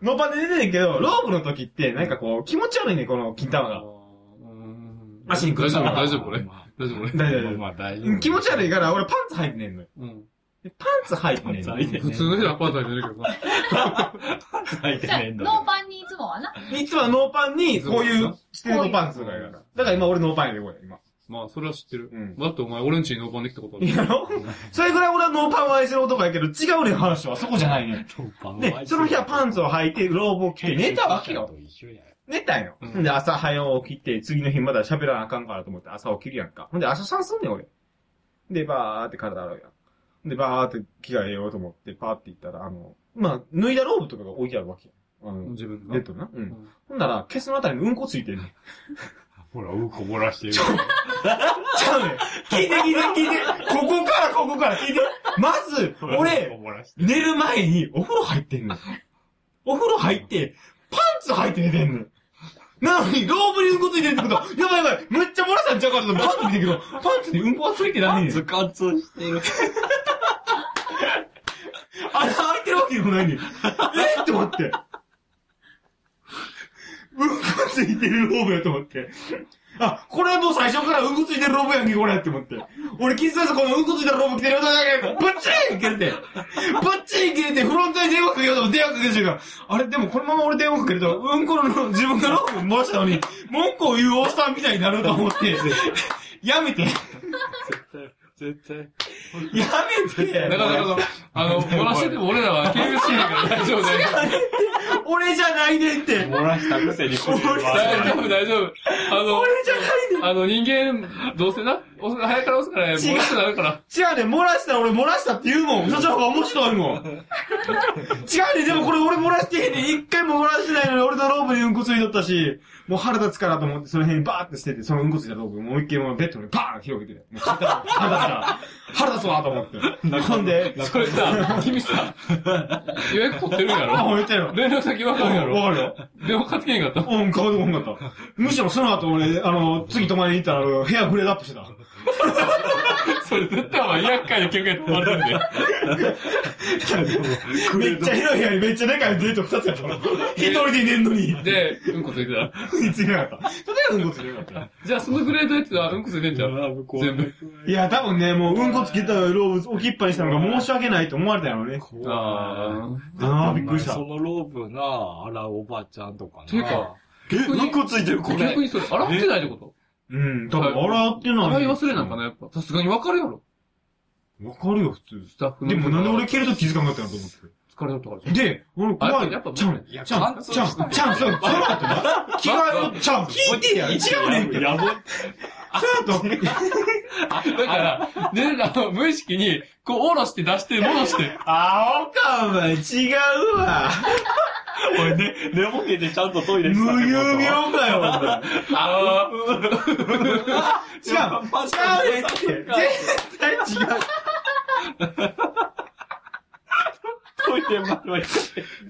ノーパンで寝てんねんけど、ローブの時って、なんかこう、気持ち悪いねん、この金玉が。
うん
足にくっ
大
つく
丈夫、
から
大丈夫、これ。
まあ
大丈夫、これ。
大丈夫
まあ大
うん
丈夫。
気持ち悪いから、俺パンツ履いて寝んのよ。
うん。
でパンツ履いて寝んの
パンツ履いて
よ。
普通の人はパンツ履いてるけどな。
入って
じゃあ
ねえんだ。
ノーパンにいつもはな。
いつもはノーパンに、こういう、ステートパンツとかやから。だから今俺ノーパンやで、これ、今。
まあ、それは知ってる。
うん。
だってお前、俺んちにノーパンできたことある。
やろそれぐらい俺はノーパンを愛する男やけど、違うねん、話は。そこじゃないねん。で、その日はパンツを履いて、ローブを着て、寝たわけよ。。寝たんよ。
うん
で、朝早起きて、次の日まだ喋らなあかんからと思って朝起きるやんか。ほんで、朝散すんねん、俺。で、バーって体洗うやん。で、バーって着替えようと思って、パーって行ったら、あの、まあ、脱いだローブとかが置いてあるわけやん。あの、
自分
ベ
が
ッ。ドな。う。
うんん
ほんなら、ケツのあたりにうんこついてんねん。
ほら、うんこ漏らしてる。
ちゃうねん。聞いて聞いて聞いて。ここからここから聞いて。まず、俺、
うんこ漏らして
寝る前にお風呂入ってんの。お風呂入って、パンツ履いて寝てんの。なのに、ローブにうんこついてるってこと、やばいやばい、めっちゃ漏らしたんちゃうかと思ってパンツ見てんけど、パンツにうんこはついてないねん。
る。カツしてる。
あれ履いてるわけでもないねん。えーって思って。うんこついてるローブやと思って。あ、これもう最初からうんこついてるローブやんけ、これって思って。俺、キスさんこのうんこついてるローブ着てるよ、だから、ぶっちーン切れて。ぶっちーン切れて、フロントに電話かけようと思って電話かけてるから、あれ、でもこのまま俺電話かけると、うんこの自分がローブ漏らしたのに、文句を言うおっさんみたいになると思 って、やめて。
絶対。
やめて。
だから、だから、あの、漏らしてても俺らは警備してるから大 丈夫、大丈
俺じゃないねんって。
漏らしたくせにこれ
夫。大丈夫、大丈夫。あの、
俺じゃないねん
あの、人間、どうせな、押す早から押すから、漏らしてなるから。
違うね、漏らしたら俺漏らしたって言うもん。そっちの方が面白い もん。違うね、でもこれ俺漏らしてへんねん一回も漏らしてないのに俺のローブにうんこついとったし、もう腹立つからと思ってその辺にバーって捨てて、そのうんこついたローブもう一回もうベッドにバーン広げて、もう腹立つから、腹立つわと思って。 ほんで、
それさ、君さ、予約取ってるんや
あ、
ろ
もう言ったよ。
連絡先分かるんやろ
わかるよ。
電話かけへんかった
うん、顔でこんかった。むしろその後俺、あの、次泊まりに行ったらあの部屋グレードアップしてた。
それ絶対お前厄介な曲やと思わ れるんで。
めっちゃ広い部屋にめっちゃでかいデート二つやったの。一人で寝んのに。
で、うんこついてた。
についてなかった。それはうんこついてなかった。
じゃあそのグレードやってたらうんこついてんじゃん。全部。
いや、多分ね、もう、うんこつけたローブ置きっぱにしたのが申し訳ないと思われたよね。
あ
ああ、びっくりした
そ。のローブな、あらおばちゃんとかな。
ていうか、
え、
逆に
うんこついてる、これ。
逆にそれ洗ってないってこ
うん、多分洗って
と
ない。
洗い忘れなんかな、やっぱ。さすがに分かるやろ。
わかるよ、普通。
スタッフの。
でもなんで俺蹴ると気づかなかったのと思っ
疲れとったか
て。で、俺怖い。
あやっぱ
ちゃうねん。
いや
ちゃうねん。ちゃうねん。ちゃうねん。そう、そうだったな。着替えを、ちゃうねん。聞いてや。違うねんって。
やばい。
そうやと。
ら。だから、で、あの、無意識に、こう、下ろして出して、戻して。
あおか、お前、違うわ。
俺ね、寝ぼけてちゃんとトイレした
無
って
遊
こと
病かよ、お前。
あ
違う。違うねんって。絶対違う。
トイレまでは行かない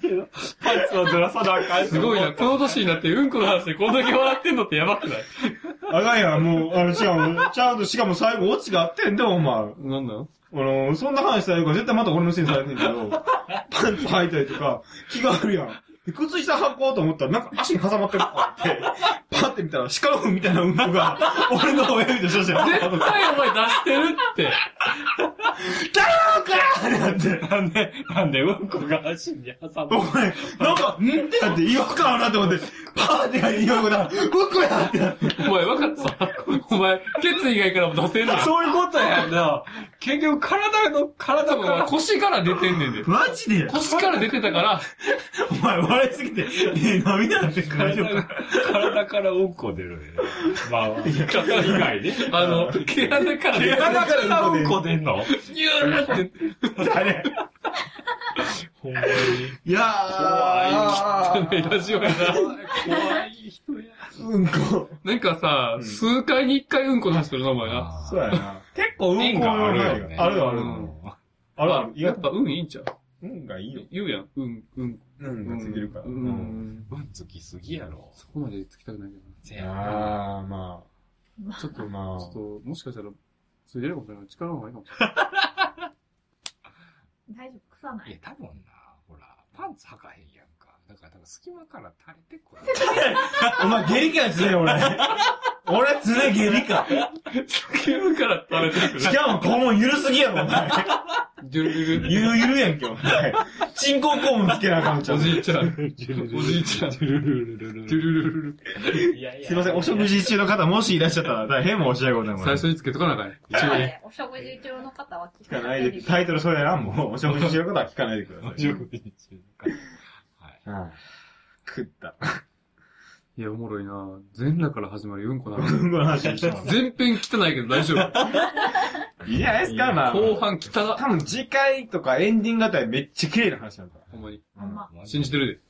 けど、パンツはずらさなあかん
すごいな。この年になって、うんこの話でこんだけ笑ってんのってやばくない
あかんやん、もう、あの、しかも、ちゃんと、しかも最後、オチがあってんで、お前。あ
なんだよ。
の、そんな話したらよく絶対また俺のせいにされてんけど、パンツ履いたりとか、気があるやん。で靴下履こうと思ったら、なんか足に挟まってるって言って、パッて見たら、シカロフみたいなうんこが、俺の親指で刺してる。
絶対お前出してるって。
ってなって、
なんで、なんでうんこが足に挟
お
む
前、なんか、んってなって、違和感あるなって思って、パーってやって、違和感だ、うんこやってなって。
お前分かった。お前、ケツ以外からも出せんの。
そういうことやな。結局体の、体
多分お前腰から出てんねんで。
マジで
腰から出てたから、
お前笑いすぎて、ねえ、涙なんて大丈夫か
体からうんこ出るね。まあ、体以外ね。
あの、毛穴から出
毛
て
穴
体からうんこ出んの
ニューって。
あれ。
ほんまに。
いやー。
汚いラジオやな。
怖い人や。
うんこ。
なんかさ、
うん
数回に一回うんこ出してるな、お前な。
そうやな。結構うんこの範囲があるよあるよあるある。意
や
外
っ
と、
ぱ運いいんちゃう
うんがいいよ。
言うやん。うん、うん。
うん
う
が
ん
ついてるから。
うん。
うんつきすぎやろ。
そこまでつきたくないけど
せやな。
あー、ま
な。ちょっと、
あ、ま
ち
あ。
ょっと、もしかしたら、ついてるかもしれない。力の方がいいかもしれ
大丈夫、臭ないい。
や、多分な、ほら、パンツ履かへんやんか。だから、多分隙間から垂れてくる。
お前、下痢かよ、常に俺。俺、常に下痢か。
ない。から垂れてくる
し。かも、肛門ゆるすぎやろ、お前。
ジュルルル。
ゆるゆるやんけ、お前。人工肛門つけなあかんちゃ
お
う。す
じいちゃん。
おじ
おじいちゃん。ジ
ルルルルル
ュルルルル。
ル。いやい
いません、お食事中の方、もしいらっしゃったら、大変申し訳 ございません。
最初につけとかなあかんね。一応ね。
お食事中の方は聞
聞かないで、タイトルそれやな、もう。お食事中のことは聞かないでくださ
お
い。
食事中か。はい。
はい食った。
いや、おもろいな全裸から始まりうんこなの。
うんこの話してます。
前編汚いけど大丈夫。
いいじゃないですか、まあ。
後半汚
多分次回とかエンディングあたりめっちゃ綺麗な話なんだ。
ほんまに。
ほんま。
信じてる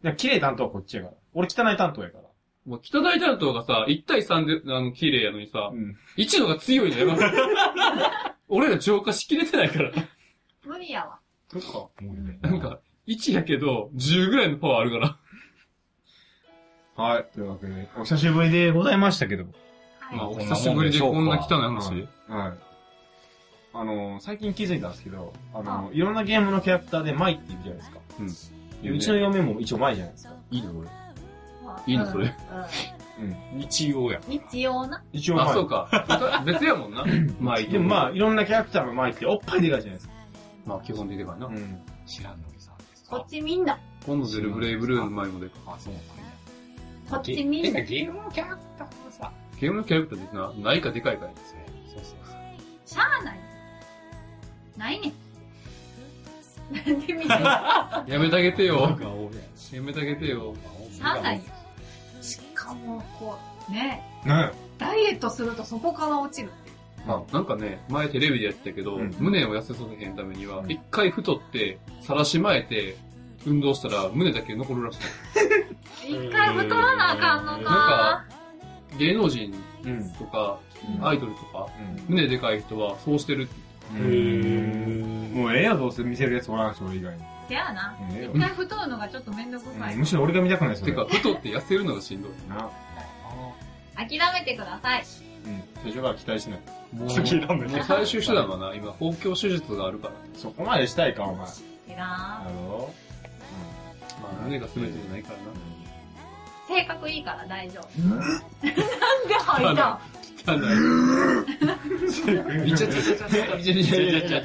で。
いや、綺麗担当はこっちやから。俺汚い担当やから。
もう汚い担当がさ、1対3で、あの、綺麗やのにさ
う、ん。
1のが強いのよ。 俺ら浄化しきれてないから。
無理やわ。
そっか。
もうね
なんか、1やけど、10ぐらいのパワーあるから。
はい。というわけで、お久しぶりでございましたけど。
はい。
まあ、お
こんなもん
久
で
しぶりでこんな汚い話。
しはい。あのー、最近気づいたんですけど、あのー、いろんなゲームのキャラクターでマイっているじゃないですか。
い
う
るね
ちの嫁も一応マイじゃないですか。
いいのこれ。
まあ
いいのそれ。
日曜や。
うん日曜な。
一応マイ。
あ、そうか。別やもんな。 まあ、いい
でもまあ、いろんなキャラクターのマイっておっぱいでかいじゃないですか。
まあ、基本的にはな。
ん。
知らんのにさんです
こ
か
っちみんな。
今度出るブレイブルーの前もで。
あ、そうなんや。
こっちみんな
てか、ゲームのキャラクターもさ、
ゲームのキャラクターですな。ないかでかいかい。
そうそうそう。
しゃあない。ないねん。なんで見てんの
やめてあげて
なん
よ。
か多いや
やめてあげてよ。
ん
しゃあないよ。しかも、こう、ね
ね
えダイエットするとそこから落ちる。
まあ、なんかね、前テレビでやってたけど、
うん
胸を痩せさせへんためには
う、ん
一回太って、さらしまえて、運動したら胸だけ残るらし
一回太らなあかんのか。
い。芸能人
うん。
とか、
うん
アイドルとか、胸でかい人はそうしてるって。
うん。もうええやどうせ見せるやつおらんし、俺以外に。
せやな。
うんええよ
一回太るのがちょっとめんどくさい
うん。むしろ俺が見たくないです
てか、太って痩せるのがしんどい。
な。
諦めてください。
うん。最初から期待しない。
もう、
諦めて
もう最終手段はな、今、包協手術があるから。
そこまでしたいか、お前。
いいな
だろ
まあ、胸が全てじゃないからな。
性格いいから大丈夫。なんで吐いたん
汚い。いちゃちゃちゃちゃちゃちゃちゃちゃち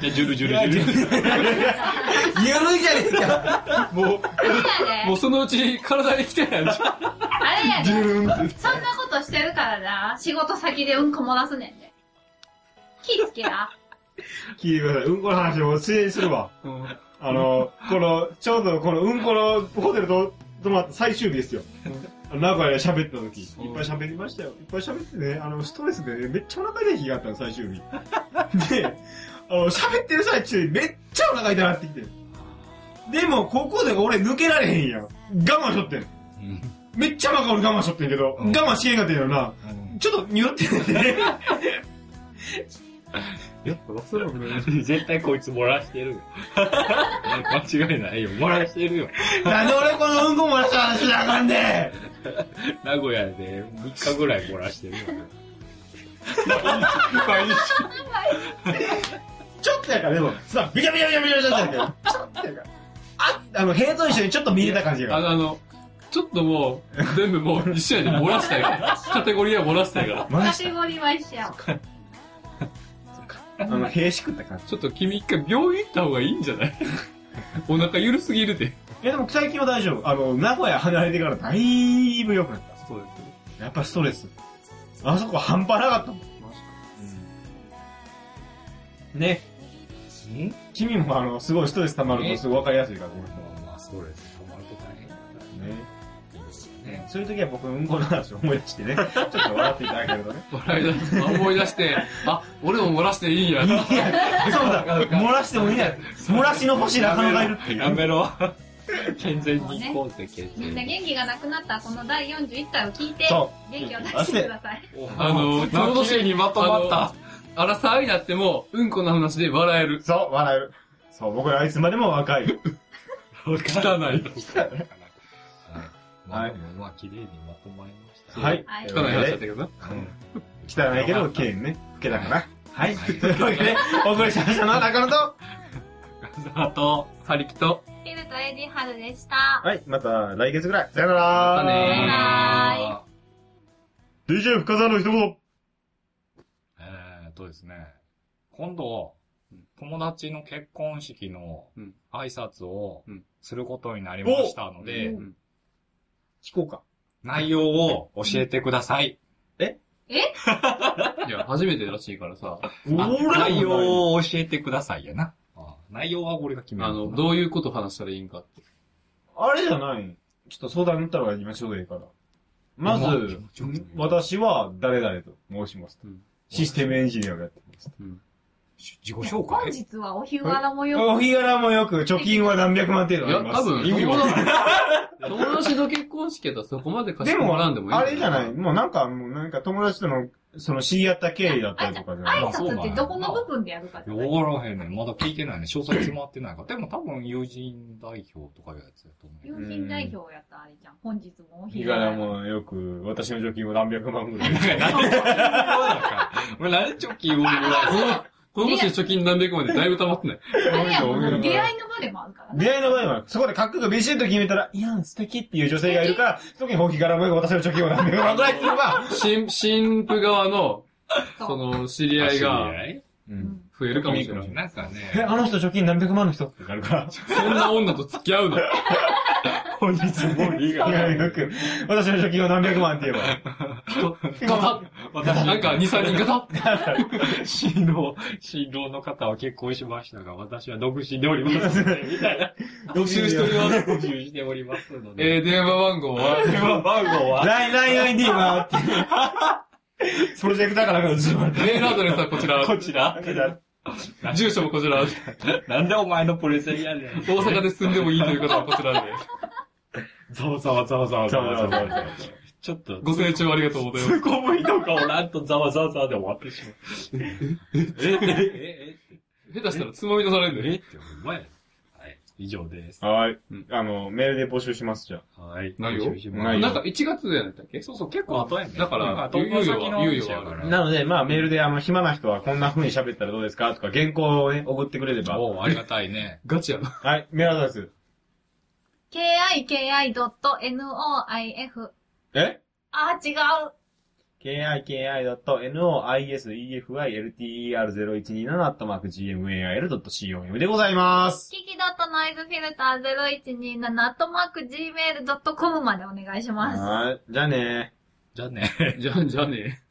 ゃ、ジュルジュルジ ュル。
ゆるいじゃねえか
もう、
そうや
もう
で。
そのうち体に来てない
あれやで。そんなことしてるからな。仕事先でうんこ漏らすねんで。気ぃつけや。
聞いてください。うんこの話も失礼するわ。あの、この、ちょうどこのうんこのホテルと泊まった最終日ですよ。名古屋で喋った時、いっぱい喋りましたよ。いっぱい喋ってね、あの、ストレスでね、めっちゃお腹痛い日があったの、最終日。で、あの、喋ってる最中にめっちゃお腹痛くなってきてる。でも、ここで俺抜けられへんやん。我慢しとってん。めっちゃマカオに我慢しとってんけど、
うん
我慢しへんかったんやろな。ちょっと匂ってるね。
忘れも
絶対こいつ漏らしてるよ。 間違いないよ。漏らしてるよ。
なんで俺このうんこ漏らした話しなあかんで
名古屋で3日ぐらい漏らしてるよ。毎日、毎日。
ちょっとやから、でも、さ、ビカビカビカビカビカビカビカちょっとやから。あ、あの、平と一緒にちょっと見えた感じ
あ
が。
の、あの、ちょっともう、全部もう一緒やで漏らしたいから。カテゴリーは漏らしたいから。
マ
カ
ジ
テゴリーは一緒やわ。
あの、平しくった感じ。
ちょっと君一回病院行った方がいいんじゃないお腹緩すぎるで。
いや、でも最近は大丈夫。あの、名古屋離れてからだいぶ良くなっ
そうですね。
た。やっぱストレス。あそこ半端なかったもん。
マジか。
ね。
ん
君もあの、すごいストレス溜まるとすごいわかりやすいから、俺も。
まあまあ、ストレス溜まると大変だから
ね。そういう時は僕のうんこの話を思い出 してね、ちょっと笑っていただけるとね。
笑い出すの思い出して、あ、俺も漏らしていいんや。
いや、そうだ、 漏らしてもいない。漏らしの星仲間がいるっていう。
やめろ。健全に行こうぜ、健
みんな
全に。
元気がなくなったこの第41回を聞いて、
そう。
元気を出してください。
あの、ちょうど週にまとまった。あらさあになっても、うんこの話で笑え る。
そう、笑える。そう、僕らはいつまでも若い。
汚い。汚い。は。
はいい
まあ、まあ、綺麗にまとまりました。
はい。
はい
汚い話だったけどな。
汚いけど、綺麗にね、吹けたかな。はい。というわけで、お送りしましたのは中野と。
あと、張り切と。
フィルとエディハルでした。
はい、また来月ぐらい。さよなら。
また
バイ
ね
バイ。
DJ 深沢の一言。
えーっとですね、今度、友達の結婚式の
うん
挨拶を
うん
することになりましたので、
お
うん
聞こうか。
内容を教えてください。
いや、初めてらしいからさ、
あ
俺ら
内
も
容を教えてくださいやな。あ内容は俺が決め
あ
る。
の、どういうこと話したらいいんかって。
ないあれじゃない。ちょっと相談に乗ったら今ちょうどいいから。ま
う
ず
ん気持ちよく、言う
私は誰々と申します
うん。
システムエンジニアをやってます。
し自己紹
本
介
日はお日柄もよ
お
く、
日柄もよく、貯金は何百万程度
い
あ
や、
ります。
多分、
意味わかんない
友達の結婚式やったらそこまでかし
で
こ
も、
まらんでもいいん
あれじゃない。もうなんか、もうなんか友達との、その知り合った経緯だったりとかじゃない
挨拶ってどこの部分でやるかって。
わからへんねん。まだ聞いてないね。詳細決まってないから。でも多分友人代表とかいうやつやと思う。
友人代表やったあれじゃん。本日もお
日
日柄
柄。もよく、私の貯金は何百万ぐらい。
何で貯金をなんか。俺何で貯金をもら
この年貯金何百万でだいぶ溜まってない。
あれやもん、出会いの場でもあるからね。
出会いの場合は、そこで格好がビシッと決めたら、いやん、素敵っていう女性がいるから、その時にお日柄もよく私の貯金は何百万ぐらいっていうのが、
新、新婦側の、
そう
その、知
う
り
の
合い
が
が
う。
うんん
増えるかもしれない。
なんか
え、
ね、
あの人貯金何百万の人ってなるから、
そんな女と付き合うの。
本日もお日柄もよく、私の貯金は何百万って言え
ガタッなんか2、3人ガタッ
新郎、新郎の方は結婚しましたが、私は独身でおりますので、みたいな。
ば。
募集しております。募集しておりますので。
えー、電話番号は、
電話番号は
LINEID はっていう。プロジェクターからなんか映るわ。
メールアドレスはこちら、
こちら。
住所もこちら、
なんでお前のプレゼンやねん。
大阪で住んでもいいという方はこちらで。
ざわざわざわざわざわざわ。ちょっと、
ご清聴ありがとうございます。
ツッコミとかをなんとざわざわざわで終わってしまう。え、え、え、え、
下手したらつまみ出されるん
え
で。
って、お前。はい。以上です。
はい
うん。
あの、メールで募集します、じゃあ。
はい。
ないよ
募集します
ないよ
なんか1月やったっけ
そうそう、結構後やね。
だから
なん東京先の
猶予
や
は
か
猶予はあ
ら。
る
なので、まあ、メールで、あの、暇な人はこんな風に喋ったらどうですかとか、原稿をね、送ってくれれば。
おうありがたいね。
ガチやな。
はい、メールアドレス。
kiki.noif。
え
あー、違う。
kiki.noisefilter0127-gmail.com でございます。
キキドットノイズフィルター0127アットマーク gmail.com までお願いします。
はい。じゃあね
じゃあね。
じゃんじゃねえ。